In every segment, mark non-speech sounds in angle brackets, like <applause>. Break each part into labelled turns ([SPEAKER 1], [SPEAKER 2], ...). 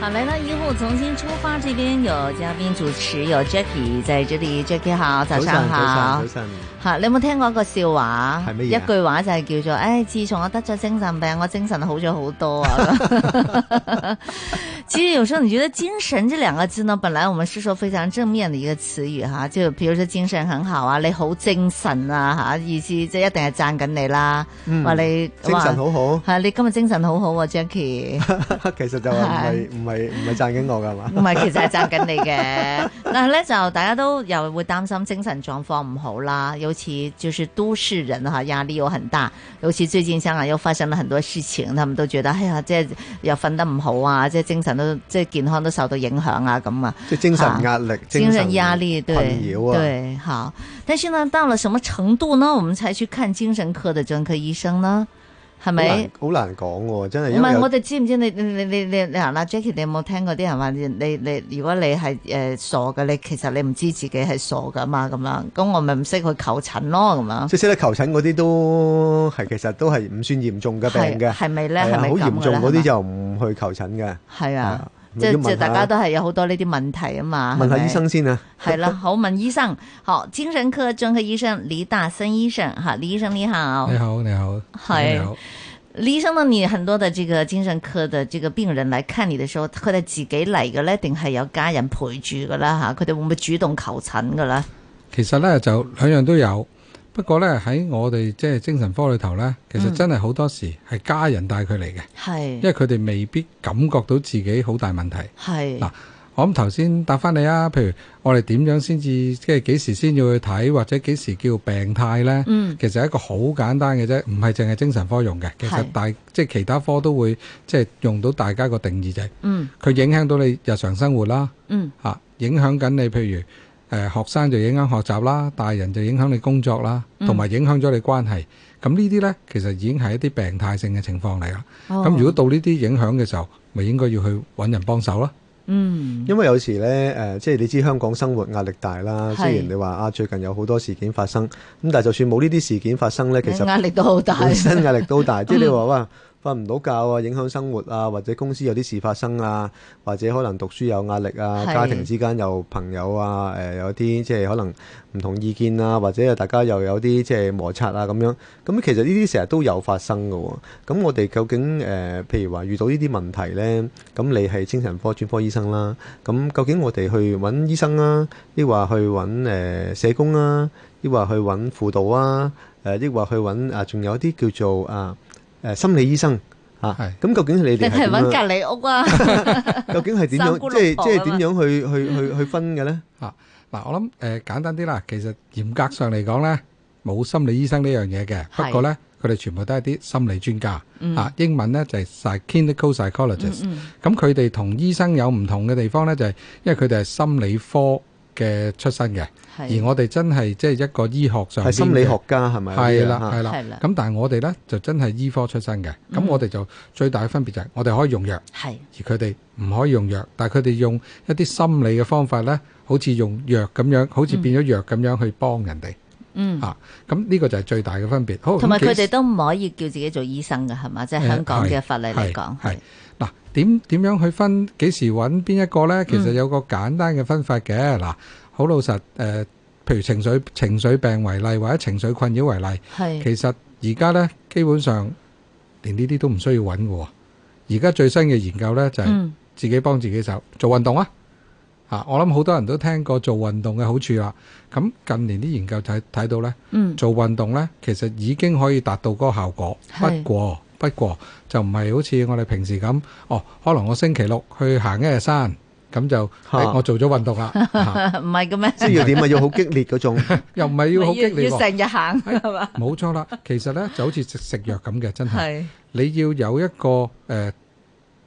[SPEAKER 1] 好，來到醫護重新出發，這邊有嘉賓主持，有 Jackie 在這裏，Jackie 好，早上好。
[SPEAKER 2] 晨，
[SPEAKER 1] 吓，你有冇聽過一個笑話？
[SPEAKER 2] 係乜
[SPEAKER 1] 一
[SPEAKER 2] 嘢啊
[SPEAKER 1] 句話就係叫做，唉、自從我得咗精神病，我精神好咗好多啊。 <laughs> 其實有時候你覺得“精神”這兩個字呢，本來我們是說非常正面的一個詞語哈，就譬如說精神很好啊，你好精神啊吓，意思即係一定係讚緊你啦，話、你
[SPEAKER 2] 嗯精神好好，
[SPEAKER 1] 係你今日精神好好啊，Jackie。
[SPEAKER 2] 其實就
[SPEAKER 1] <laughs>
[SPEAKER 2] 話唔係唔係唔係讚緊我㗎嘛，
[SPEAKER 1] 唔係，其實係讚緊你嘅。 <laughs> 但係咧就大家都又會擔心精神狀況唔好啦，尤其就是都市人哈，壓力又很大。尤其最近香港又發生了很多事情，他們都覺得哎呀，即係又瞓得唔好啊，即係精神
[SPEAKER 2] 嗯
[SPEAKER 1] 都即係健康都受到影響啊咁啊。
[SPEAKER 2] 即係精神壓力、
[SPEAKER 1] 精神
[SPEAKER 2] 神
[SPEAKER 1] 壓力對
[SPEAKER 2] 困擾啊。
[SPEAKER 1] 對好，但是呢，到了什麼程度呢，我們才去看精神科的專科醫生呢？係
[SPEAKER 2] 好
[SPEAKER 1] 咪
[SPEAKER 2] 難？好難講喎，真係
[SPEAKER 1] 唔
[SPEAKER 2] 因為
[SPEAKER 1] 係，
[SPEAKER 2] 有
[SPEAKER 1] 我哋知唔知你你你你你你嗱啦，Jackie，你有冇聽過啲人話你你你，如果你係誒、呃傻嘅，你其實你唔知自己係傻噶嘛咁樣，咁我咪唔識去求診咯咁樣。
[SPEAKER 2] 即係識得求診嗰啲都係其實都係唔算嚴重嘅病
[SPEAKER 1] 係
[SPEAKER 2] 嘅，
[SPEAKER 1] 係咪咧？
[SPEAKER 2] 係
[SPEAKER 1] 係
[SPEAKER 2] 啊，好
[SPEAKER 1] 咪咁
[SPEAKER 2] 嚴
[SPEAKER 1] 嘅
[SPEAKER 2] 重
[SPEAKER 1] 咧
[SPEAKER 2] 嗰啲就唔去求診嘅，
[SPEAKER 1] 係
[SPEAKER 2] 係
[SPEAKER 1] 啊
[SPEAKER 2] 啊，
[SPEAKER 1] 即
[SPEAKER 2] 要問
[SPEAKER 1] 即
[SPEAKER 2] 下
[SPEAKER 1] 大家都係有好多呢啲問題啊嘛。
[SPEAKER 2] 問
[SPEAKER 1] 係
[SPEAKER 2] 下
[SPEAKER 1] 咪
[SPEAKER 2] 醫生先啊。
[SPEAKER 1] 係啦，好問醫生，好精神科專科醫生李大森醫生，哈，李醫生你好，
[SPEAKER 3] 你好，你好，
[SPEAKER 1] 係
[SPEAKER 3] 你好，
[SPEAKER 1] 李醫生呢，你很多的這個精神科的這個病人來看你的時候，佢哋自己嚟嘅咧，定係有家人陪住嘅啦吓？佢哋會唔會主動求診嘅啦？
[SPEAKER 3] 其實咧就兩樣都有，不過咧喺我哋即係精神科裏頭咧，其實
[SPEAKER 1] 嗯
[SPEAKER 3] 真係好多時係家人帶佢嚟嘅，
[SPEAKER 1] 係
[SPEAKER 3] 因為佢哋未必感覺到自己好大問題。
[SPEAKER 1] 係
[SPEAKER 3] 嗱我諗頭先答翻你啊，譬如我哋點樣先至即係幾時先要去睇，或者幾時叫病態咧？
[SPEAKER 1] 嗯
[SPEAKER 3] 其實係一個好簡單嘅啫，唔係淨係精神科用嘅，其實
[SPEAKER 1] 係
[SPEAKER 3] 大即係其他科都會即係用到大家個定義就係
[SPEAKER 1] 嗯
[SPEAKER 3] 佢影響到你日常生活啦。
[SPEAKER 1] 嗯
[SPEAKER 3] 嚇、影響緊你，譬如誒、呃、學生就影響學習啦，大人就影響你工作啦，
[SPEAKER 1] 嗯
[SPEAKER 3] 同埋影響咗你關係。咁呢啲呢，其實已經係一啲病態性嘅情況嚟啦。咁、
[SPEAKER 1] 哦
[SPEAKER 3] 如果到呢啲影響嘅時候，咪應該要去揾人幫手啦。
[SPEAKER 1] 嗯
[SPEAKER 2] 因為有時咧誒、呃即係你知香港生活壓力大啦。
[SPEAKER 1] 係
[SPEAKER 2] 雖然你話啊，最近有好多事件發生，咁但係就算冇呢啲事件發生咧，其實
[SPEAKER 1] 壓力都好大，嗯 <laughs>
[SPEAKER 2] 本身壓力都大，即係你話哇瞓唔到覺啊，影響生活啊，或者公司有啲事發生啊，或者可能讀書有壓力啊，
[SPEAKER 1] 係
[SPEAKER 2] 家庭之間有朋友啊，誒、有啲即係可能唔同意見啊，或者大家又有啲即係摩擦啊咁樣。咁其實呢啲成日都有發生嘅喎。咁我哋究竟誒、呃譬如話遇到呢啲問題咧，咁你係精神科專科醫生啦，咁究竟我哋去揾醫生啊，抑或去揾誒、呃社工啊，抑或去揾輔導啊？誒，抑或去揾啊，仲有啲叫做啊誒心理醫生啊
[SPEAKER 3] 係。
[SPEAKER 2] 咁究竟你
[SPEAKER 1] 定
[SPEAKER 2] 哋
[SPEAKER 1] 係
[SPEAKER 2] 係點
[SPEAKER 1] 揾
[SPEAKER 2] 樣？
[SPEAKER 1] 隔離屋 <laughs> 啊？
[SPEAKER 2] <laughs> 究竟係點
[SPEAKER 1] 三姑
[SPEAKER 2] 樣？
[SPEAKER 1] 六
[SPEAKER 2] 即係
[SPEAKER 1] 婆
[SPEAKER 2] 即
[SPEAKER 1] 啊
[SPEAKER 2] 係
[SPEAKER 1] 嘛
[SPEAKER 2] 點樣去去去去分嘅咧？
[SPEAKER 3] 嗱，我諗誒、呃、簡單啲啦，其實嚴格上嚟講呢，冇心理醫生呢樣嘢嘅，
[SPEAKER 1] 係
[SPEAKER 3] 不過呢，佢哋全部都係啲心理專家嚇、
[SPEAKER 1] 嗯
[SPEAKER 3] 啊英文呢就係、clinical psychologist。
[SPEAKER 1] 嗯
[SPEAKER 3] 咁佢哋同醫生有唔同嘅地方呢，就係、因為佢哋係心理科嘅出身嘅，而
[SPEAKER 1] 係
[SPEAKER 3] 我哋真係即係一個醫學上
[SPEAKER 2] 係心理
[SPEAKER 3] 邊嘅
[SPEAKER 2] 學家係咪？
[SPEAKER 3] 係啦
[SPEAKER 2] 啊
[SPEAKER 3] 係啦。
[SPEAKER 1] 係啦，
[SPEAKER 3] 咁但係我哋呢，就真係醫科出身嘅，咁
[SPEAKER 1] 嗯
[SPEAKER 3] 我哋就最大嘅分別就係我哋可以用藥，
[SPEAKER 1] 係
[SPEAKER 3] 而佢哋唔可以用藥，但係佢哋用一啲心理嘅方法呢，好似用藥咁樣，好似變咗藥咁樣去幫人哋。
[SPEAKER 1] 嗯
[SPEAKER 3] 啊。咁呢個就係最大嘅分別。好，
[SPEAKER 1] 同埋
[SPEAKER 3] 咁
[SPEAKER 1] 佢
[SPEAKER 3] 其
[SPEAKER 1] 哋都唔可以叫自己做醫生嘅係嘛？即係香港嘅法例嚟講，
[SPEAKER 3] 係嗱，點點樣去分幾時揾邊一個呢？其實有個簡單嘅分法嘅嗱，好老實誒、呃譬如情緒情緒病為例，或者情緒困擾為例，
[SPEAKER 1] 係
[SPEAKER 3] 其實而家呢，基本上連呢啲都唔需要揾嘅喎。而家最新嘅研究呢，就係、
[SPEAKER 1] 嗯
[SPEAKER 3] 自己幫自己手，做運動啊！啊，我諗好多人都聽過做運動嘅好處啦。咁近年啲研究睇睇到呢。
[SPEAKER 1] 嗯 <laughs>
[SPEAKER 3] 做運動呢，其實已經可以達到嗰個效果。
[SPEAKER 1] 係
[SPEAKER 3] 不過不過就唔係好似我哋平時咁，哦，可能我星期六去行一日山，
[SPEAKER 1] <laughs>
[SPEAKER 3] 咁就、
[SPEAKER 2] 嚇
[SPEAKER 3] 哎我做咗運動啦，嚇
[SPEAKER 1] 唔係嘅咩？
[SPEAKER 2] 即係要點啊？要好激烈
[SPEAKER 3] <laughs>
[SPEAKER 2] 嗰種，
[SPEAKER 3] 又唔係要好激
[SPEAKER 1] <laughs>
[SPEAKER 3] 烈
[SPEAKER 1] 要
[SPEAKER 3] 喎。
[SPEAKER 1] 成日行係嘛？
[SPEAKER 3] 冇錯啦，其實呢就好似食食藥咁嘅，真係
[SPEAKER 1] 係
[SPEAKER 3] 你要有一個誒、呃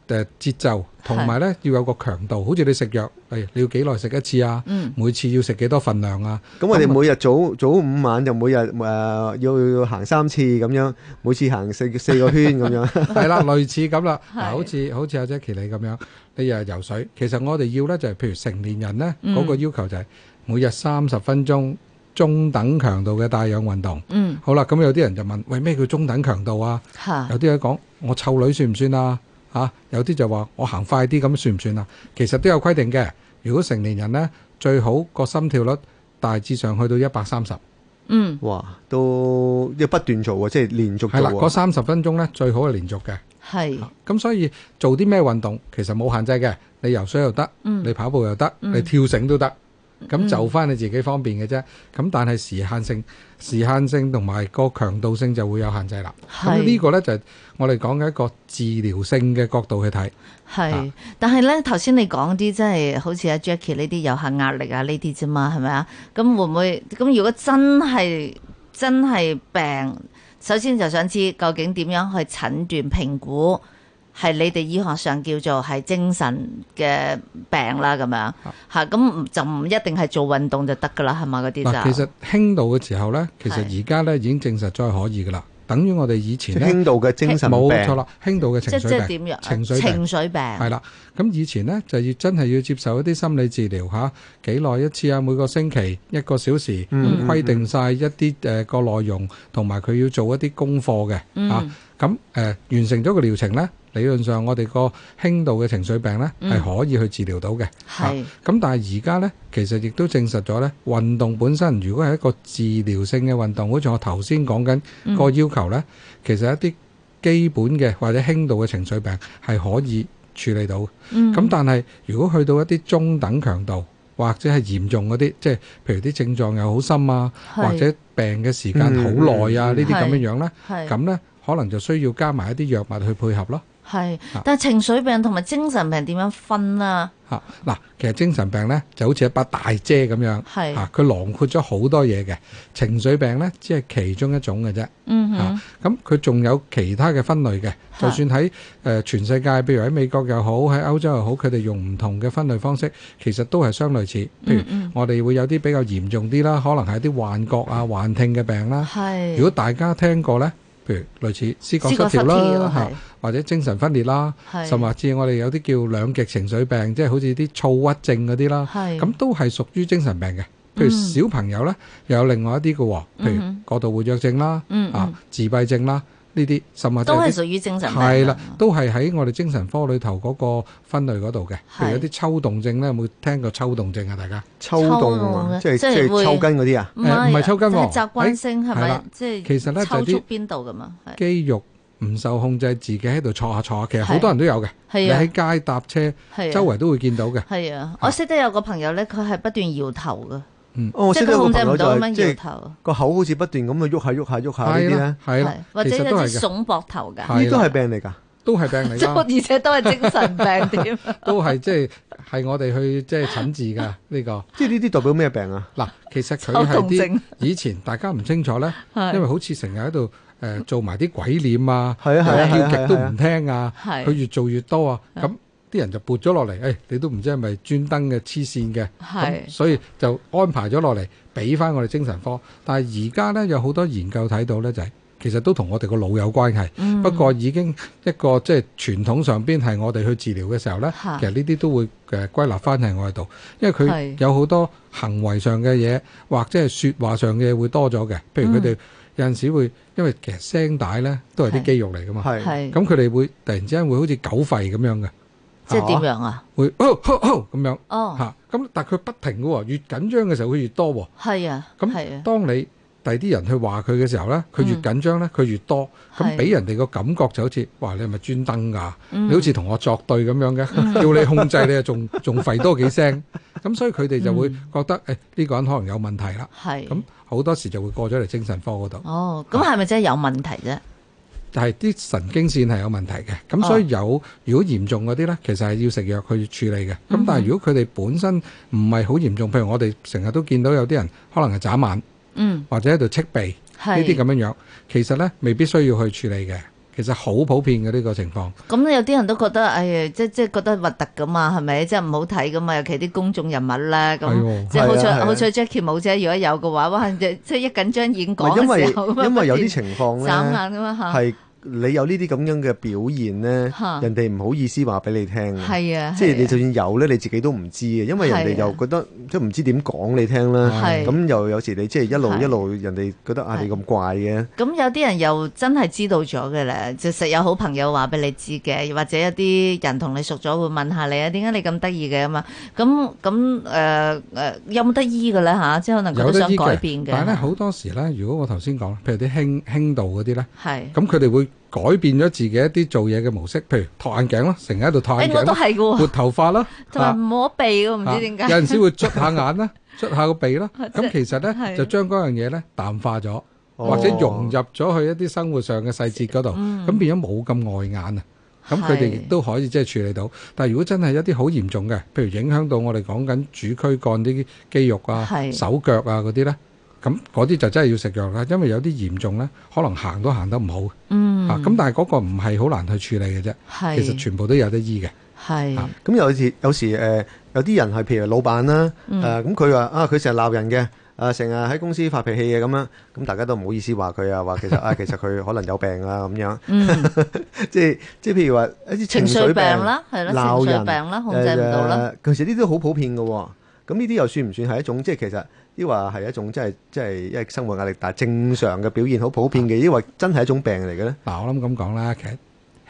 [SPEAKER 3] 誒節奏，同埋咧要有個強度。好似你食藥，誒你要幾耐食一次啊？
[SPEAKER 1] 嗯
[SPEAKER 3] 每次要食幾多份
[SPEAKER 1] <laughs>
[SPEAKER 3] 量啊？
[SPEAKER 2] 咁我哋每日早早午晚就每日誒、呃要要行三次咁樣，每次
[SPEAKER 3] <laughs>
[SPEAKER 2] 行四四個圈咁樣。
[SPEAKER 3] 係啦，類似咁啦。
[SPEAKER 1] 係
[SPEAKER 3] 嗱，好似好似阿 Jackie 你咁樣，你日日游水，其實我哋要咧就係譬如成年人咧
[SPEAKER 1] 嗯
[SPEAKER 3] 嗰個要求就係每日三十分鐘中等強度嘅帶氧運動。
[SPEAKER 1] 嗯
[SPEAKER 3] 好啦，咁有啲人就問：喂，咩叫中等強度啊？
[SPEAKER 1] 吓
[SPEAKER 3] 有啲人講我湊女算唔算啊？嚇、有啲就話我行快啲咁算唔算啊？其實都有規定嘅。如果成年人呢，最好個心跳率大致上去到一百三十，
[SPEAKER 1] 嗯
[SPEAKER 2] 哇，都要不斷做喎，即係連續做
[SPEAKER 3] 係啦，嗰
[SPEAKER 2] 喎。
[SPEAKER 3] 三十分鐘呢，最好係連續嘅。啊
[SPEAKER 1] 係
[SPEAKER 3] 咁所以做啲咩運動其實冇限制嘅，你游水又得，
[SPEAKER 1] 嗯
[SPEAKER 3] 你跑步又得，
[SPEAKER 1] 嗯
[SPEAKER 3] 你跳繩都得。咁
[SPEAKER 1] 嗯
[SPEAKER 3] 就翻你自己方便嘅啫。咁但係時限性、時限性同埋個強度性就會有限制啦。咁
[SPEAKER 1] 係
[SPEAKER 3] 呢個呢，就係我哋講嘅一個治療性嘅角度去睇。
[SPEAKER 1] 係，
[SPEAKER 3] 啊
[SPEAKER 1] 但係咧頭先你講啲真係好似阿 Jackie 呢啲有下壓力啊呢啲啫嘛，係咪啊？咁會唔會咁？如果真係真係病，首先就想知究竟點樣去診斷評估，係你哋醫學上叫做係精神嘅病啦，咁樣
[SPEAKER 3] 啊
[SPEAKER 1] 嚇，咁唔就唔一定係做運動就得噶啦，係嘛嗰啲
[SPEAKER 3] 嗱，
[SPEAKER 1] 就
[SPEAKER 3] 其實輕度嘅時候呢，其實
[SPEAKER 1] 係
[SPEAKER 3] 而家呢已經證實再可以噶啦，等於我哋以前
[SPEAKER 2] 即係
[SPEAKER 3] 呢，
[SPEAKER 2] 輕度嘅精神病，
[SPEAKER 3] 冇錯啦，輕度嘅
[SPEAKER 1] 即
[SPEAKER 3] 情
[SPEAKER 1] 即
[SPEAKER 3] 緒
[SPEAKER 1] 係
[SPEAKER 3] 病
[SPEAKER 1] 點樣
[SPEAKER 3] 情緒病
[SPEAKER 1] 情緒病
[SPEAKER 3] 係啊啦。咁以前呢，就要真係要接受一啲心理治療嚇，幾耐一次啊？每個星期一個小時，
[SPEAKER 2] 嗯
[SPEAKER 3] 咁規定晒一啲誒個內容，同埋佢要做一啲功課嘅
[SPEAKER 1] 嗯
[SPEAKER 3] 嚇。咁誒完成咗個療程呢，理論上我哋個輕度嘅情緒病呢
[SPEAKER 1] 嗯
[SPEAKER 3] 係可以去治療到嘅。
[SPEAKER 1] 係
[SPEAKER 3] 咁但係而家呢，其實亦都證實咗呢，運動本身如果係一個治療性嘅運動，好似我頭先講緊個要求呢，其實一啲基本嘅或者輕度嘅情緒病係可以處理到。咁、
[SPEAKER 1] 嗯
[SPEAKER 3] 但係如果去到一啲中等強度或者係嚴重嗰啲，即係譬如啲症狀又好深啊，
[SPEAKER 1] 係
[SPEAKER 3] 或者病嘅時間好耐
[SPEAKER 2] 嗯
[SPEAKER 3] 啊，
[SPEAKER 2] 嗯嗯
[SPEAKER 3] 呢啲咁樣樣呢，
[SPEAKER 1] 係
[SPEAKER 3] 咁呢可能就需要加埋一啲藥物去配合咯。
[SPEAKER 1] 係
[SPEAKER 3] 啊，
[SPEAKER 1] 但係情緒病同埋精神病點樣分啊？
[SPEAKER 3] 嚇嗱，其實精神病呢就好似一把大遮咁樣。
[SPEAKER 1] 係
[SPEAKER 3] 啊，佢囊括咗好多嘢嘅情緒病呢，只係其中一種嘅啫。
[SPEAKER 1] 嗯哼
[SPEAKER 3] 啊，咁佢仲有其他嘅分類嘅，就算喺誒、呃全世界，譬如喺美國又好，喺歐洲又好，佢哋用唔同嘅分類方式，其實都係相類似。譬如
[SPEAKER 1] 嗯嗯
[SPEAKER 3] 我哋會有啲比較嚴重啲啦，可能係啲幻覺啊、幻聽嘅病啦。
[SPEAKER 1] 係。
[SPEAKER 3] 如果大家聽過呢，譬如類似思覺
[SPEAKER 1] 思覺
[SPEAKER 3] 失調
[SPEAKER 1] 失調
[SPEAKER 3] 啦，
[SPEAKER 1] 係
[SPEAKER 3] 嚇或者精神分裂啦，
[SPEAKER 1] 係
[SPEAKER 3] 甚至我哋有啲叫兩極情緒病，即係好似啲躁鬱症嗰啲啦。
[SPEAKER 1] 係
[SPEAKER 3] 啊咁都係屬於精神病嘅。譬如
[SPEAKER 1] 嗯
[SPEAKER 3] 小朋友呢，又有另外一啲嘅喎，譬
[SPEAKER 1] 嗯
[SPEAKER 3] 如
[SPEAKER 1] 哼
[SPEAKER 3] 過度活躍症啦、
[SPEAKER 1] 嗯嗯
[SPEAKER 3] 啊自閉症啦呢啲，甚至
[SPEAKER 1] 都係
[SPEAKER 3] 係
[SPEAKER 1] 屬於精神病啊
[SPEAKER 3] 係啦，都係喺我哋精神科裏頭嗰個分類嗰度嘅。譬如
[SPEAKER 1] 係
[SPEAKER 3] 有啲抽動症呢，有冇聽過抽動症啊？大家
[SPEAKER 2] 抽動啊，
[SPEAKER 1] 抽動嘅即
[SPEAKER 2] 即係即
[SPEAKER 1] 係
[SPEAKER 2] 係
[SPEAKER 1] 會
[SPEAKER 2] 抽筋嗰啲啊。
[SPEAKER 1] 唔
[SPEAKER 3] 誒唔係抽筋喎
[SPEAKER 1] 係習慣性係
[SPEAKER 3] 係
[SPEAKER 1] 咪
[SPEAKER 3] 啦？
[SPEAKER 1] 即係
[SPEAKER 3] 其實呢就
[SPEAKER 1] 抽
[SPEAKER 3] 係啲
[SPEAKER 1] 搐邊度咁啊？係
[SPEAKER 3] 肌肉唔受控制，自己喺度坐下坐下，其實
[SPEAKER 1] 係
[SPEAKER 3] 好多人都有嘅。你
[SPEAKER 1] 係啊
[SPEAKER 3] 喺街搭車，
[SPEAKER 1] 係啊
[SPEAKER 3] 周圍都會見到嘅。
[SPEAKER 1] 係啊！我識得有個朋友咧，佢係不斷搖頭嘅，
[SPEAKER 2] 哦，我
[SPEAKER 1] 即
[SPEAKER 2] 識
[SPEAKER 1] 係
[SPEAKER 2] 得
[SPEAKER 1] 佢
[SPEAKER 2] 有個
[SPEAKER 1] 控制
[SPEAKER 2] 朋
[SPEAKER 1] 唔
[SPEAKER 2] 友就
[SPEAKER 1] 到咁樣
[SPEAKER 2] 係即
[SPEAKER 1] 搖
[SPEAKER 2] 係
[SPEAKER 1] 頭，
[SPEAKER 2] 個口好似不斷咁去喐下喐下喐下呢啲
[SPEAKER 3] 係
[SPEAKER 2] 咧
[SPEAKER 3] 啦，，係啦
[SPEAKER 1] 係，或
[SPEAKER 3] 其
[SPEAKER 1] 者有
[SPEAKER 3] 實都係
[SPEAKER 1] 啲
[SPEAKER 3] 嘅，
[SPEAKER 1] 聳膊頭㗎，
[SPEAKER 3] 係
[SPEAKER 2] 呢都係病嚟㗎。
[SPEAKER 3] 都
[SPEAKER 1] <laughs>
[SPEAKER 3] 係病嚟㗎。
[SPEAKER 1] 而且都係精神病添。
[SPEAKER 3] 都係即係係我哋去即係診治㗎呢個。
[SPEAKER 2] 即係呢啲代表咩病啊？
[SPEAKER 3] 嗱，其實佢
[SPEAKER 1] 抽
[SPEAKER 3] 係
[SPEAKER 1] 動
[SPEAKER 3] 啲
[SPEAKER 1] 症
[SPEAKER 3] 以前大家唔清楚咧，
[SPEAKER 1] 係
[SPEAKER 3] <laughs> 因為好似成日喺度誒做埋啲鬼臉啊，
[SPEAKER 2] 係啊係啊係啊
[SPEAKER 3] 叫極都
[SPEAKER 2] 係啊
[SPEAKER 3] 唔聽啊，
[SPEAKER 1] 係
[SPEAKER 3] 佢越做越多啊，咁啲人就撥咗落嚟，誒你都唔知係咪專登嘅黐線嘅，
[SPEAKER 1] 係
[SPEAKER 3] 咁所以就安排咗落嚟俾翻我哋精神科。但係而家咧有好多研究睇到咧就係、其實都同我哋個腦有關係，
[SPEAKER 1] 嗯
[SPEAKER 3] 不過已經一個即係傳統上邊係我哋去治療嘅時候咧，
[SPEAKER 1] 嚇
[SPEAKER 3] 其實呢啲都會誒歸納翻喺我哋度，因為佢
[SPEAKER 1] 係
[SPEAKER 3] 有好多行為上嘅嘢或者係説話上嘅嘢會多咗嘅，譬
[SPEAKER 1] 嗯
[SPEAKER 3] 如佢哋有陣時會因為其實聲帶咧都係啲
[SPEAKER 1] 係
[SPEAKER 3] 肌肉嚟噶嘛，
[SPEAKER 2] 係
[SPEAKER 1] 係
[SPEAKER 3] 咁佢哋會突然之間會好似狗吠咁樣嘅，
[SPEAKER 1] 即係點樣啊？
[SPEAKER 3] 會哦哦哦咁樣
[SPEAKER 1] 哦，
[SPEAKER 3] 嚇，咁但係佢不停嘅喎，越緊張嘅時候佢越多喎。
[SPEAKER 1] 係啊，係
[SPEAKER 3] 咁
[SPEAKER 1] 啊，
[SPEAKER 3] 當你第啲人去話佢嘅時候咧，佢越
[SPEAKER 1] 嗯
[SPEAKER 3] 緊張咧，佢越多，咁
[SPEAKER 1] 係
[SPEAKER 3] 俾人哋個感覺就好似，哇！你係咪專登㗎？
[SPEAKER 1] 嗯
[SPEAKER 3] 你好似同我作對咁樣 <laughs> 嘅，要你控制你啊，
[SPEAKER 1] <laughs>
[SPEAKER 3] 仲仲吠多幾聲，咁所以佢哋就會覺得，誒呢個人可能有問題啦，
[SPEAKER 1] 嗯係
[SPEAKER 3] 咁啊好多時就會過咗嚟精神科嗰度，
[SPEAKER 1] 哦，咁係咪真係有問題啫？
[SPEAKER 3] 但係啲神經線係有問題嘅，
[SPEAKER 1] 哦
[SPEAKER 3] 咁所以有如果嚴重嗰啲咧，其實係要食藥去處理嘅，咁但
[SPEAKER 1] 嗯
[SPEAKER 3] 係如果佢哋本身唔係好嚴重，譬如我哋成日都見到有啲人可能係眨眼
[SPEAKER 1] 嗯，
[SPEAKER 3] 或者喺度戚鼻。
[SPEAKER 1] 係
[SPEAKER 3] 呢啲咁樣樣，其實呢未必需要去處理嘅。其實好普遍嘅呢個情況。
[SPEAKER 1] 咁有啲人都覺得，哎呀，即即覺得核突噶嘛，係咪？即係唔好睇噶嘛，尤其啲公眾人物咧，
[SPEAKER 3] 係
[SPEAKER 1] 咁
[SPEAKER 3] 喎，
[SPEAKER 1] 即係好
[SPEAKER 2] 係啊係
[SPEAKER 1] 彩
[SPEAKER 2] 啊
[SPEAKER 1] 好彩 Jackie 冇啫，如果有嘅話，哇！即係一緊張演講嘅
[SPEAKER 2] 因為
[SPEAKER 1] 時候，啊
[SPEAKER 2] 因為
[SPEAKER 1] <laughs>
[SPEAKER 2] 有啲情況
[SPEAKER 1] 眨
[SPEAKER 2] 咧，
[SPEAKER 1] 眼咁嘛嚇，
[SPEAKER 2] 係你有呢啲咁樣嘅表現咧
[SPEAKER 1] 嚇，
[SPEAKER 2] 人哋唔好意思話俾你聽嘅。
[SPEAKER 1] 係啊，
[SPEAKER 2] 即係你
[SPEAKER 1] 係啊
[SPEAKER 2] 就算有咧，你自己都唔知嘅，因為人哋
[SPEAKER 1] 係啊
[SPEAKER 2] 又覺得即係唔知點講你聽啦。
[SPEAKER 1] 係
[SPEAKER 2] 咁又有時你即係一路
[SPEAKER 1] 係
[SPEAKER 2] 一路，人哋覺得啊
[SPEAKER 1] 係
[SPEAKER 2] 你咁怪嘅，
[SPEAKER 1] 咁有啲人又真係知道咗嘅咧，就實有好朋友話俾你知嘅，或者一啲人同你熟咗會問下你啊，點解你咁得意嘅咁啊？咁咁誒誒，有冇得醫嘅咧嚇？即係可能佢
[SPEAKER 3] 有
[SPEAKER 1] 都
[SPEAKER 3] 得
[SPEAKER 1] 想
[SPEAKER 3] 醫
[SPEAKER 1] 改變
[SPEAKER 3] 嘅，但係咧
[SPEAKER 1] 嘅，
[SPEAKER 3] 好多時咧，如果我頭先講，譬如啲輕輕度嗰啲咧，
[SPEAKER 1] 係。
[SPEAKER 3] 咁佢哋會改變咗自己一啲做嘢嘅模式，譬如托眼鏡咯，成日喺度托眼
[SPEAKER 1] 誒，我
[SPEAKER 3] 鏡
[SPEAKER 1] 都
[SPEAKER 3] 咯，
[SPEAKER 1] 係嘅喎
[SPEAKER 3] 撥，頭髮啦，
[SPEAKER 1] <laughs> 同埋
[SPEAKER 3] 啊
[SPEAKER 1] 摸鼻嘅，唔
[SPEAKER 3] 啊
[SPEAKER 1] 知點解。啊
[SPEAKER 3] 有陣時會捽下眼啦， <laughs> 捽下個鼻啦，咁其實
[SPEAKER 1] 係
[SPEAKER 3] 咧就將嗰樣嘢咧淡化咗，
[SPEAKER 2] 哦
[SPEAKER 3] 或者融入咗去一啲生活上嘅細節嗰度，
[SPEAKER 1] 嗯
[SPEAKER 3] 咁變咗冇咁礙眼啊。咁
[SPEAKER 1] 係
[SPEAKER 3] 佢哋亦都可以即係處理到，但係如果真係一啲好嚴重嘅，譬如影響到我哋講緊主軀幹啲肌肉啊、
[SPEAKER 1] 係
[SPEAKER 3] 手腳啊嗰啲呢，咁嗰啲就真係要食藥啦，因為有啲嚴重呢，可能行都行得唔好
[SPEAKER 1] 嗯，
[SPEAKER 3] 啊。咁但係嗰個唔係好難去處理嘅啫，
[SPEAKER 1] 係
[SPEAKER 3] 其實全部都有得醫嘅。
[SPEAKER 1] 係
[SPEAKER 3] 啊
[SPEAKER 2] 咁有時有時誒、呃有啲人係譬如老闆啦，
[SPEAKER 1] 嗯
[SPEAKER 2] 誒咁佢話啊佢成日鬧人嘅，啊成日喺公司發脾氣嘅咁樣，咁大家都唔好意思話佢啊，話其實啊其
[SPEAKER 1] <laughs>
[SPEAKER 2] 實佢可能有病啊咁樣， <laughs>
[SPEAKER 3] <laughs>
[SPEAKER 1] 嗯，
[SPEAKER 2] 即係即係譬如話一啲
[SPEAKER 1] 情
[SPEAKER 2] 緒
[SPEAKER 1] 緒
[SPEAKER 2] 病
[SPEAKER 1] 病啦，係啦，
[SPEAKER 2] 鬧
[SPEAKER 1] 情緒
[SPEAKER 2] 人
[SPEAKER 1] 病啦，控制唔到啦，
[SPEAKER 2] 誒其實呢啲都好普遍嘅喎，咁呢啲又算唔算係一種即係其實抑或係一種即係即係因為生活壓力大正常嘅表現好普遍嘅，抑或真係一種病嚟嘅咧？
[SPEAKER 3] 嗱，我諗咁講啦，其實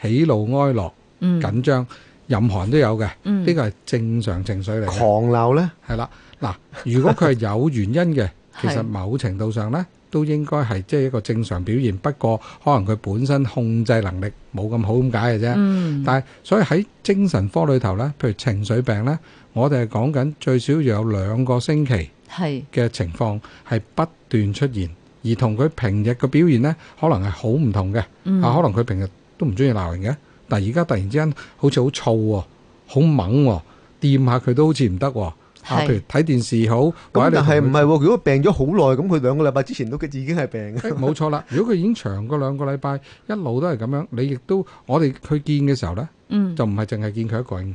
[SPEAKER 3] 喜怒哀樂、
[SPEAKER 1] 嗯
[SPEAKER 3] 緊張、任何人都有嘅，
[SPEAKER 1] 嗯
[SPEAKER 3] 呢個係正常情緒嚟嘅。
[SPEAKER 2] 狂鬧咧，
[SPEAKER 3] 係啦，嗱，如果佢係有原
[SPEAKER 1] <laughs>
[SPEAKER 3] 因嘅，
[SPEAKER 1] 係
[SPEAKER 3] 其實某程度上呢，都應該係即係一個正常表現，不過可能佢本身控制能力冇咁好咁解嘅啫。
[SPEAKER 1] 嗯
[SPEAKER 3] 但係所以喺精神科裏頭呢，譬如情緒病呢，我哋係講緊最少要有兩個星期
[SPEAKER 1] 係
[SPEAKER 3] 嘅情況係不斷出現，而同佢平日嘅表現呢，可能係好唔同嘅。
[SPEAKER 1] 嗯
[SPEAKER 3] 啊，可能佢平日都唔中意鬧人嘅，但係而家突然之間好似好燥喎，好猛喎，掂下佢都好似唔得喎。啊，
[SPEAKER 1] 係
[SPEAKER 3] 譬如睇電視好，或
[SPEAKER 2] 咁
[SPEAKER 3] 者
[SPEAKER 2] 但
[SPEAKER 3] 你
[SPEAKER 2] 係唔
[SPEAKER 3] 同
[SPEAKER 2] 係
[SPEAKER 3] 佢
[SPEAKER 2] 喎？如果病咗好耐，咁佢兩個禮拜之前都已經係病嘅。
[SPEAKER 3] 誒哎冇錯啦。如果佢已經長過兩個禮拜，一路都係咁樣，你亦都我哋去見嘅時候呢，
[SPEAKER 1] 嗯
[SPEAKER 3] 就唔係淨係見佢一個人，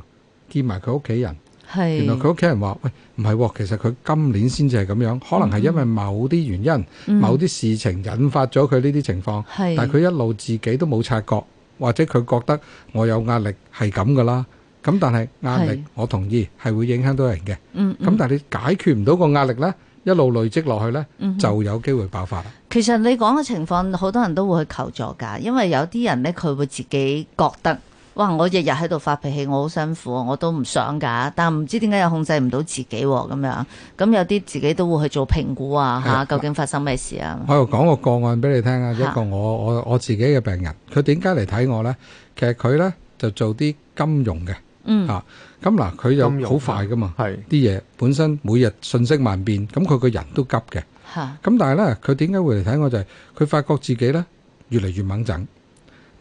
[SPEAKER 3] 見埋佢屋企人。
[SPEAKER 1] 係
[SPEAKER 3] 原來佢屋企人話：喂，唔係喎，其實佢今年先至係咁樣，可
[SPEAKER 2] 嗯
[SPEAKER 3] 能係因為某啲原因、
[SPEAKER 1] 嗯
[SPEAKER 3] 某啲事情引發咗佢呢啲情況。
[SPEAKER 1] 係
[SPEAKER 3] 但係佢一路自己都冇察覺，或者佢覺得我有壓力係咁噶啦。咁但係壓
[SPEAKER 1] 係
[SPEAKER 3] 力，我同意係會影響到人嘅。咁、
[SPEAKER 1] 嗯嗯
[SPEAKER 3] 但係你解決唔到個壓力呢，一路累積落去呢，
[SPEAKER 1] 嗯
[SPEAKER 3] 就有機會爆發啦。
[SPEAKER 1] 其實你講嘅情況，好多人都會去求助㗎，因為有啲人呢，佢會自己覺得，哇！我日日喺度發脾氣，我好辛苦，我都唔想㗎，但唔知點解又控制唔到自己喎咁樣。咁有啲自己都會去做評估
[SPEAKER 3] <laughs>
[SPEAKER 1] 啊，
[SPEAKER 3] 係
[SPEAKER 1] 嚇
[SPEAKER 3] 啊
[SPEAKER 1] 究竟發生咩事
[SPEAKER 3] <laughs>
[SPEAKER 1] 啊？
[SPEAKER 3] 我又講個個案俾你聽啊，
[SPEAKER 1] 嚇
[SPEAKER 3] 一個我我我自己嘅病人，佢點解嚟睇我呢？其實佢呢就做啲金融嘅，
[SPEAKER 1] 嗯
[SPEAKER 3] 嚇咁嗱佢
[SPEAKER 2] 金
[SPEAKER 3] 又好
[SPEAKER 2] 融
[SPEAKER 3] 快噶嘛，
[SPEAKER 2] 係
[SPEAKER 3] 啲嘢本身每日瞬息萬變，咁佢個人都急嘅。
[SPEAKER 1] <laughs> 嚇
[SPEAKER 3] 咁但係咧，佢點解會嚟睇我就係、佢發覺自己咧越嚟越猛整，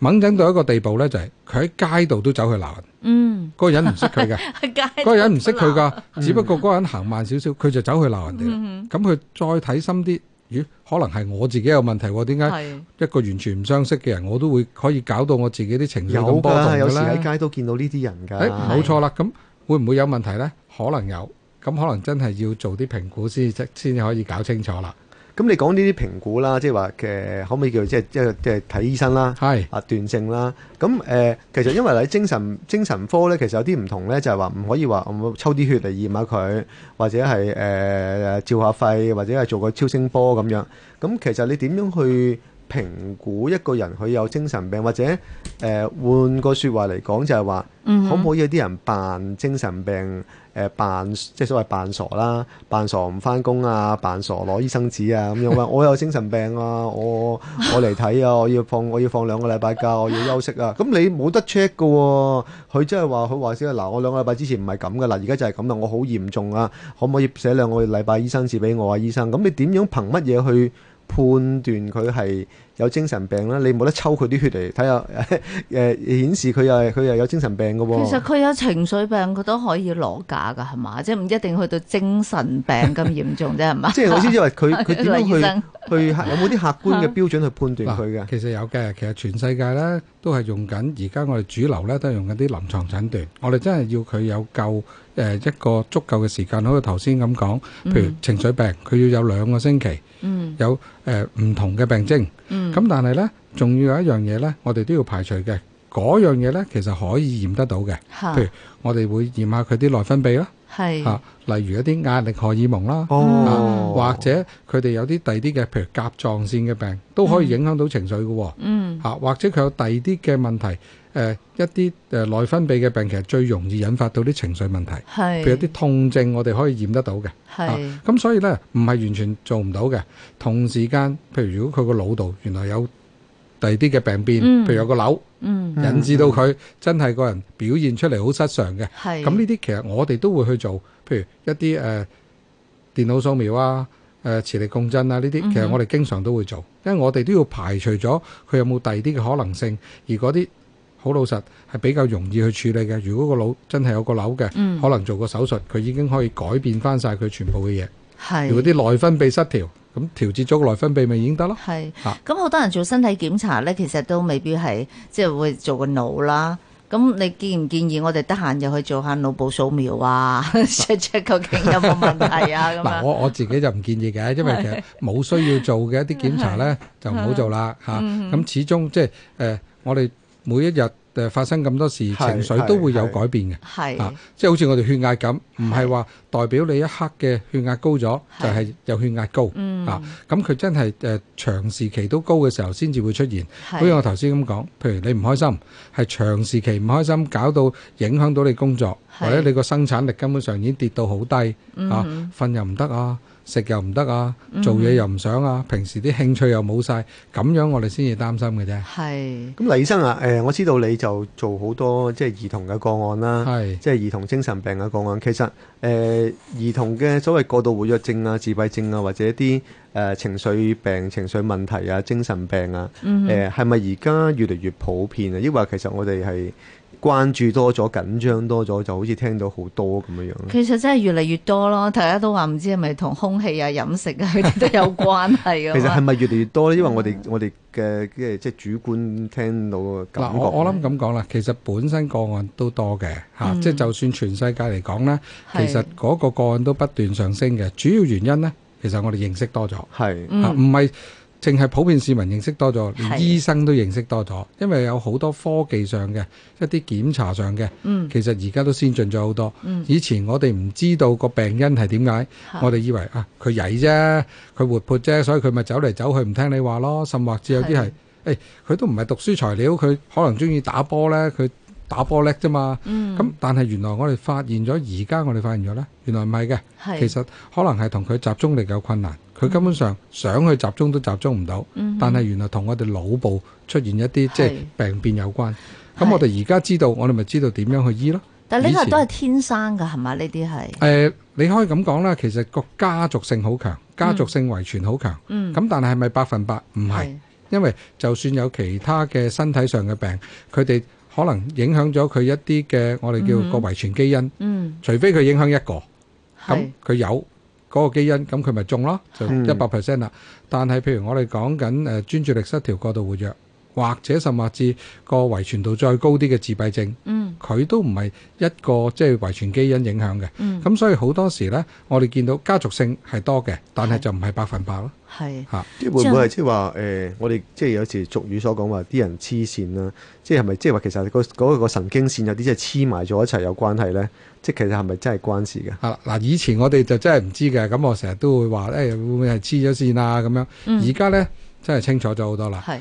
[SPEAKER 3] 猛整到一個地步咧，就係佢喺街度都走去鬧人， <laughs>
[SPEAKER 1] 嗯，
[SPEAKER 3] 嗰、個人唔識佢嘅，
[SPEAKER 1] 係街
[SPEAKER 3] 嗰個人唔識佢
[SPEAKER 1] <laughs>
[SPEAKER 3] 噶，只不過嗰個人行慢少少，佢就走去鬧人哋
[SPEAKER 1] 嗯
[SPEAKER 3] 啦。咁佢、再睇深啲，咦？可能係我自己有問題喎？點解
[SPEAKER 1] 係
[SPEAKER 3] 一個完全唔相識嘅人，我都會可以搞到我自己啲情緒
[SPEAKER 2] 有
[SPEAKER 3] 咁波動
[SPEAKER 2] 㗎，
[SPEAKER 3] 嘅
[SPEAKER 2] 有時
[SPEAKER 3] 咧？
[SPEAKER 2] 喺街都見到呢啲人
[SPEAKER 3] 誒，
[SPEAKER 2] 㗎。
[SPEAKER 3] 冇錯啦，咁會唔會有問題呢？可能有，咁可能真係要做啲評估先至先至可以搞清楚啦。
[SPEAKER 2] 咁你講呢啲評估啦，即係話嘅可唔可以叫即係即係即係睇醫生啦？
[SPEAKER 3] 係。
[SPEAKER 2] 啊斷症啦，咁誒、呃其實因為喺精神精神科咧，其實有啲唔同咧，就係話唔可以話我抽啲血嚟驗下佢，或者係誒、呃照下肺，或者係做個超聲波咁樣。咁其實你點樣去評估一個人佢有精神病，或者誒、呃、換個説話嚟講就係話，可唔可以有啲人扮精神病誒、呃扮即係所謂扮傻啦，扮傻唔翻工啊，扮傻攞醫生紙啊咁樣話我有精神病啊，我我嚟睇啊，我要放我要放兩個禮拜假，我要休息啊。咁你冇得 check 嘅喎，佢真係話佢話先嗱，我兩個禮拜之前唔係咁嘅啦，而家就係咁啦，我好嚴重啊，可唔可以寫兩個禮拜醫生紙俾我啊，醫生？咁你點樣憑乜嘢去？判斷佢係有精神病啦，你冇得抽佢啲血嚟睇下， <laughs> 誒、顯示佢又係佢又有精神病嘅喎。
[SPEAKER 1] 其實佢有情緒病，佢都可以攞假㗎，係嘛？即係唔一定去到精神病咁嚴重啫，係嘛？ <laughs>
[SPEAKER 2] 即係我先至話佢佢
[SPEAKER 1] 梁
[SPEAKER 2] 點樣
[SPEAKER 1] 醫
[SPEAKER 2] 去
[SPEAKER 1] 生
[SPEAKER 2] 去客有冇啲客觀嘅標準去判斷佢嘅
[SPEAKER 3] 嗱，？其實有嘅，其實全世界咧都係用緊，而家我哋主流咧都係用緊啲臨床診斷。我哋真係要佢有夠誒、呃一個足夠嘅時間，好似頭先咁講，譬如情緒病，佢要有兩個星期
[SPEAKER 1] 嗯
[SPEAKER 3] 有誒唔、同嘅病徵。咁、
[SPEAKER 1] 嗯
[SPEAKER 3] 但係咧，仲要有一樣嘢咧，我哋都要排除嘅。嗰樣嘢咧，其實可以驗得到嘅。
[SPEAKER 1] 吓
[SPEAKER 3] 譬如我哋會驗下佢啲內分泌啦，
[SPEAKER 1] 系
[SPEAKER 3] 嚇、例如一啲壓力荷爾蒙啦。
[SPEAKER 2] 哦，
[SPEAKER 3] 嗯啊或者佢哋有啲第二啲嘅，譬如甲狀腺嘅病，都可以影響到情緒嘅喎、
[SPEAKER 1] 嗯
[SPEAKER 3] 嚇啊或者佢有第二啲嘅問題，誒、一啲誒內分泌嘅病，其實最容易引發到啲情緒問題，
[SPEAKER 1] 系
[SPEAKER 3] 譬如有啲痛症，我哋可以驗得到嘅。啊
[SPEAKER 1] 系
[SPEAKER 3] 咁所以呢，唔係完全做唔到嘅。同時間，譬如如果佢個腦度原來有第二啲嘅病變，
[SPEAKER 1] 嗯
[SPEAKER 3] 譬如有個瘤
[SPEAKER 1] 嗯
[SPEAKER 2] 嗯
[SPEAKER 3] 引致到佢真係個人表現出嚟好失常嘅。
[SPEAKER 1] 系
[SPEAKER 3] 咁呢啲其實我哋都會去做，譬如一啲誒、呃、電腦掃描啊、誒、磁力共振啊呢啲，其實
[SPEAKER 1] 嗯哼
[SPEAKER 3] 我哋經常都會做，因為我哋都要排除咗佢有冇第二啲嘅可能性，而嗰啲好老實係比較容易去處理嘅。如果個腦真係有個瘤嘅，
[SPEAKER 1] 嗯
[SPEAKER 3] 可能做個手術，佢已經可以改變翻晒佢全部嘅嘢。
[SPEAKER 1] 系
[SPEAKER 3] 如果啲內分泌失調，咁調節咗個內分泌咪已經得咯。
[SPEAKER 1] 係，
[SPEAKER 3] 啊
[SPEAKER 1] 咁好多人做身體檢查咧，其實都未必係即係會做個腦啦。咁你建唔建議我哋得閒又去做下腦部掃描啊 <laughs> ？check check 究竟有冇問題
[SPEAKER 3] <laughs>
[SPEAKER 1] 啊？咁
[SPEAKER 3] 嗱，
[SPEAKER 1] 樣
[SPEAKER 3] 我我自己就唔建
[SPEAKER 1] <laughs>
[SPEAKER 3] 議嘅，因為其實冇需要做嘅一啲檢查咧，就唔好做啦嚇。
[SPEAKER 1] 嗯
[SPEAKER 3] 咁始終即係誒，我哋每一日誒發生咁多事，情
[SPEAKER 2] 係
[SPEAKER 3] 緒都會有改變嘅。
[SPEAKER 1] 係
[SPEAKER 3] 啊，即係好似我哋血壓咁，唔係話代表你一刻嘅血壓高咗
[SPEAKER 1] 係
[SPEAKER 3] 就係有血壓高
[SPEAKER 1] 嗯
[SPEAKER 3] 啊。咁佢真係誒長時期都高嘅時候先至會出現。好似我
[SPEAKER 1] 係
[SPEAKER 3] 頭先咁講，譬如你唔開心，係長時期唔開心，搞到影響到你工作，
[SPEAKER 1] 係
[SPEAKER 3] 或者你個生產力根本上已經跌到好低。啊
[SPEAKER 1] 嗯，
[SPEAKER 3] 瞓又唔得啊，食又唔得啊，做嘢又唔想啊，平時啲興趣又冇晒，咁樣我哋先至擔心嘅啫。
[SPEAKER 1] 係
[SPEAKER 2] 咁黎醫生啊，誒，我知道你就做好多即係兒童嘅個案啦。
[SPEAKER 3] 係
[SPEAKER 2] 即係兒童精神病嘅個案，其實誒、呃、兒童嘅所謂過度活躍症啊、自閉症啊，或者一啲誒、呃情緒病、情緒問題啊、精神病啊，
[SPEAKER 3] 嗯
[SPEAKER 1] 嗯
[SPEAKER 2] 誒係咪而家越嚟越普遍啊？抑或其實我哋係關注多咗、緊張多咗，就好似聽到好多咁樣樣咧。
[SPEAKER 1] 其實真係越嚟越多咯，大家都話唔知係咪同空氣啊、飲食啊佢哋都有關係
[SPEAKER 3] 啊
[SPEAKER 2] 其實係
[SPEAKER 1] 㗎嘛。
[SPEAKER 2] 咪越嚟越多咧？因為我哋
[SPEAKER 3] 嗯
[SPEAKER 2] 我哋嘅嘅即係主觀聽到嘅感
[SPEAKER 3] 嗱，
[SPEAKER 2] 覺。
[SPEAKER 3] 我我諗咁講啦，其實本身個案都多嘅嚇，
[SPEAKER 1] 嗯
[SPEAKER 3] 即係就算全世界嚟講呢，其
[SPEAKER 1] 係
[SPEAKER 3] 實嗰個個案都不斷上升嘅。主要原因呢，其實我哋認識多咗嚇，
[SPEAKER 2] 係
[SPEAKER 3] 啊
[SPEAKER 1] 嗯
[SPEAKER 3] 唔係淨係普遍市民認識多咗，
[SPEAKER 1] 係
[SPEAKER 3] 連醫生都認識多咗，因為有好多科技上嘅一啲檢查上嘅，
[SPEAKER 1] 嗯
[SPEAKER 3] 其實而家都先進咗好多。
[SPEAKER 1] 嗯，
[SPEAKER 3] 以前我哋唔知道個病因係點解，
[SPEAKER 1] 嚇
[SPEAKER 3] 我哋以為啊佢曳啫，佢活潑啫，所以佢咪走嚟走去唔聽你話咯，甚或至有啲係
[SPEAKER 1] 係
[SPEAKER 3] 誒佢都唔係讀書材料，佢可能中意打波呢，佢打波叻啫嘛。
[SPEAKER 1] 嗯
[SPEAKER 3] 咁、但係原來我哋發現咗，而家我哋發現咗呢，原來唔係嘅，
[SPEAKER 1] 係
[SPEAKER 3] 其實可能係同佢集中力有困難，佢根本上想去集中都集中唔到。
[SPEAKER 1] 嗯
[SPEAKER 3] 但係原來同我哋腦部出現一啲即係
[SPEAKER 1] 係
[SPEAKER 3] 病變有關。
[SPEAKER 1] 係
[SPEAKER 3] 咁我哋而家知道，我哋咪知道點樣去醫咯。
[SPEAKER 1] 但呢
[SPEAKER 3] 以
[SPEAKER 1] 個
[SPEAKER 3] 前
[SPEAKER 1] 都係天生㗎係嘛？呢啲係
[SPEAKER 3] 誒、你可以咁講啦，其實個家族性好強，家族性遺傳好強。
[SPEAKER 1] 嗯
[SPEAKER 3] 咁、但係係咪百分百？唔係，
[SPEAKER 1] 係
[SPEAKER 3] 因為就算有其他嘅身體上嘅病，佢哋可能影響咗佢一啲嘅我哋叫
[SPEAKER 1] 嗯哼
[SPEAKER 3] 個遺傳基因，
[SPEAKER 1] 嗯
[SPEAKER 3] 除非佢影響一個，咁
[SPEAKER 1] 係
[SPEAKER 3] 佢有嗰個基因，咁佢咪中咯，就
[SPEAKER 2] 嗯
[SPEAKER 3] 一百 percent 啦。但係譬如我哋講緊誒專注力失調過度活躍，或者甚至個遺傳度再高啲嘅自閉症，
[SPEAKER 1] 嗯
[SPEAKER 3] 佢都唔係一個即係遺傳基因影響嘅。
[SPEAKER 1] 嗯
[SPEAKER 3] 咁所以好多時呢，我哋見到家族性係多嘅，但係就唔係百分百咯。
[SPEAKER 1] 係
[SPEAKER 3] 嚇，
[SPEAKER 2] 即係會唔會係即係話誒？我哋即係有時俗語所講話啲人黐線啦，即係係咪即係話其實嗰嗰個神經線有啲即係黐埋咗一齊有關係咧？即係其實係咪真係關事嘅？
[SPEAKER 3] 係啦，嗱，以前我哋就真係唔知嘅，咁我成日都會話誒、會唔會係黐咗線啊咁樣。
[SPEAKER 1] 嗯
[SPEAKER 3] 而家呢，真係清楚咗好多啦。
[SPEAKER 1] 係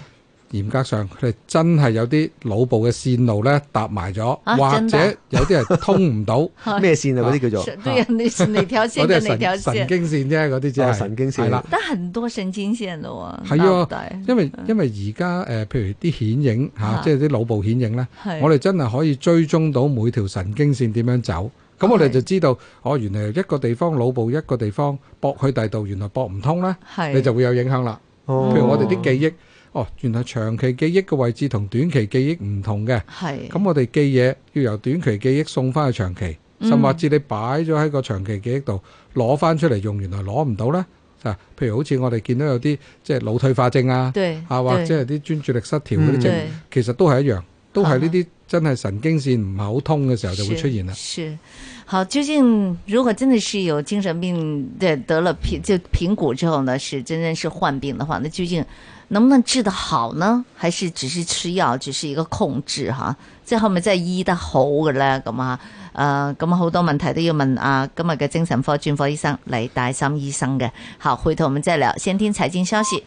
[SPEAKER 3] 嚴格上，佢哋真係有啲腦部嘅線路呢搭埋咗，
[SPEAKER 1] 啊
[SPEAKER 3] 或
[SPEAKER 1] 真
[SPEAKER 3] 者
[SPEAKER 1] 㗎
[SPEAKER 3] 有啲係通唔到，
[SPEAKER 1] <laughs>
[SPEAKER 2] 咩線啊？嗰啲叫做
[SPEAKER 1] 是对呀，那是哪条
[SPEAKER 3] 嗰
[SPEAKER 1] 线
[SPEAKER 3] 啲
[SPEAKER 1] 跟哪条
[SPEAKER 3] 係神神
[SPEAKER 1] 线？
[SPEAKER 3] 經線啫，嗰啲只
[SPEAKER 2] 哦
[SPEAKER 3] 係
[SPEAKER 2] 神經線
[SPEAKER 3] 係啦。
[SPEAKER 1] 但很多神經線的喎，
[SPEAKER 3] 係
[SPEAKER 1] 腦
[SPEAKER 3] 啊
[SPEAKER 1] 袋
[SPEAKER 3] 因為因為而家誒，譬如啲顯影嚇，
[SPEAKER 1] 嗯啊
[SPEAKER 3] 即係啲腦部顯影呢。
[SPEAKER 1] 係
[SPEAKER 3] 我哋真係可以追蹤到每條神經線點樣走。咁我哋就知道，哦，原來一個地方腦部一個地方駁去第度，原來駁唔通呢，
[SPEAKER 1] 係
[SPEAKER 3] 你就會有影響啦。
[SPEAKER 2] 哦
[SPEAKER 3] 譬如我哋啲記憶，哦，原來長期記憶嘅位置同短期記憶唔同嘅。
[SPEAKER 1] 係
[SPEAKER 3] 咁我哋記嘢要由短期記憶送翻去長期，
[SPEAKER 1] 嗯
[SPEAKER 3] 甚或至你擺咗喺個長期記憶度攞翻出嚟用，原來攞唔到呢，嗱，譬如好似我哋見到有啲即係腦退化症啊，
[SPEAKER 1] 对
[SPEAKER 3] 啊或者係啲專注力失調嗰啲
[SPEAKER 2] 嗯
[SPEAKER 3] 症，
[SPEAKER 1] 对
[SPEAKER 3] 其實都係一樣，都係呢
[SPEAKER 1] 啊
[SPEAKER 3] 啲真係神經線唔係好通嘅時候就會出現啦。
[SPEAKER 1] 是，是好，究竟如果真的是有精神病的得了评就评估之后呢，是真正是患病的话，那究竟能不能治得好呢？还是只是吃药，只是一个控制吓？即系系咪真系医得好嘅咧？咁啊，诶、咁好多问题都要问啊，今日嘅精神科专科医生黎大森医生嘅。好，回头我们再聊。先听财经消息。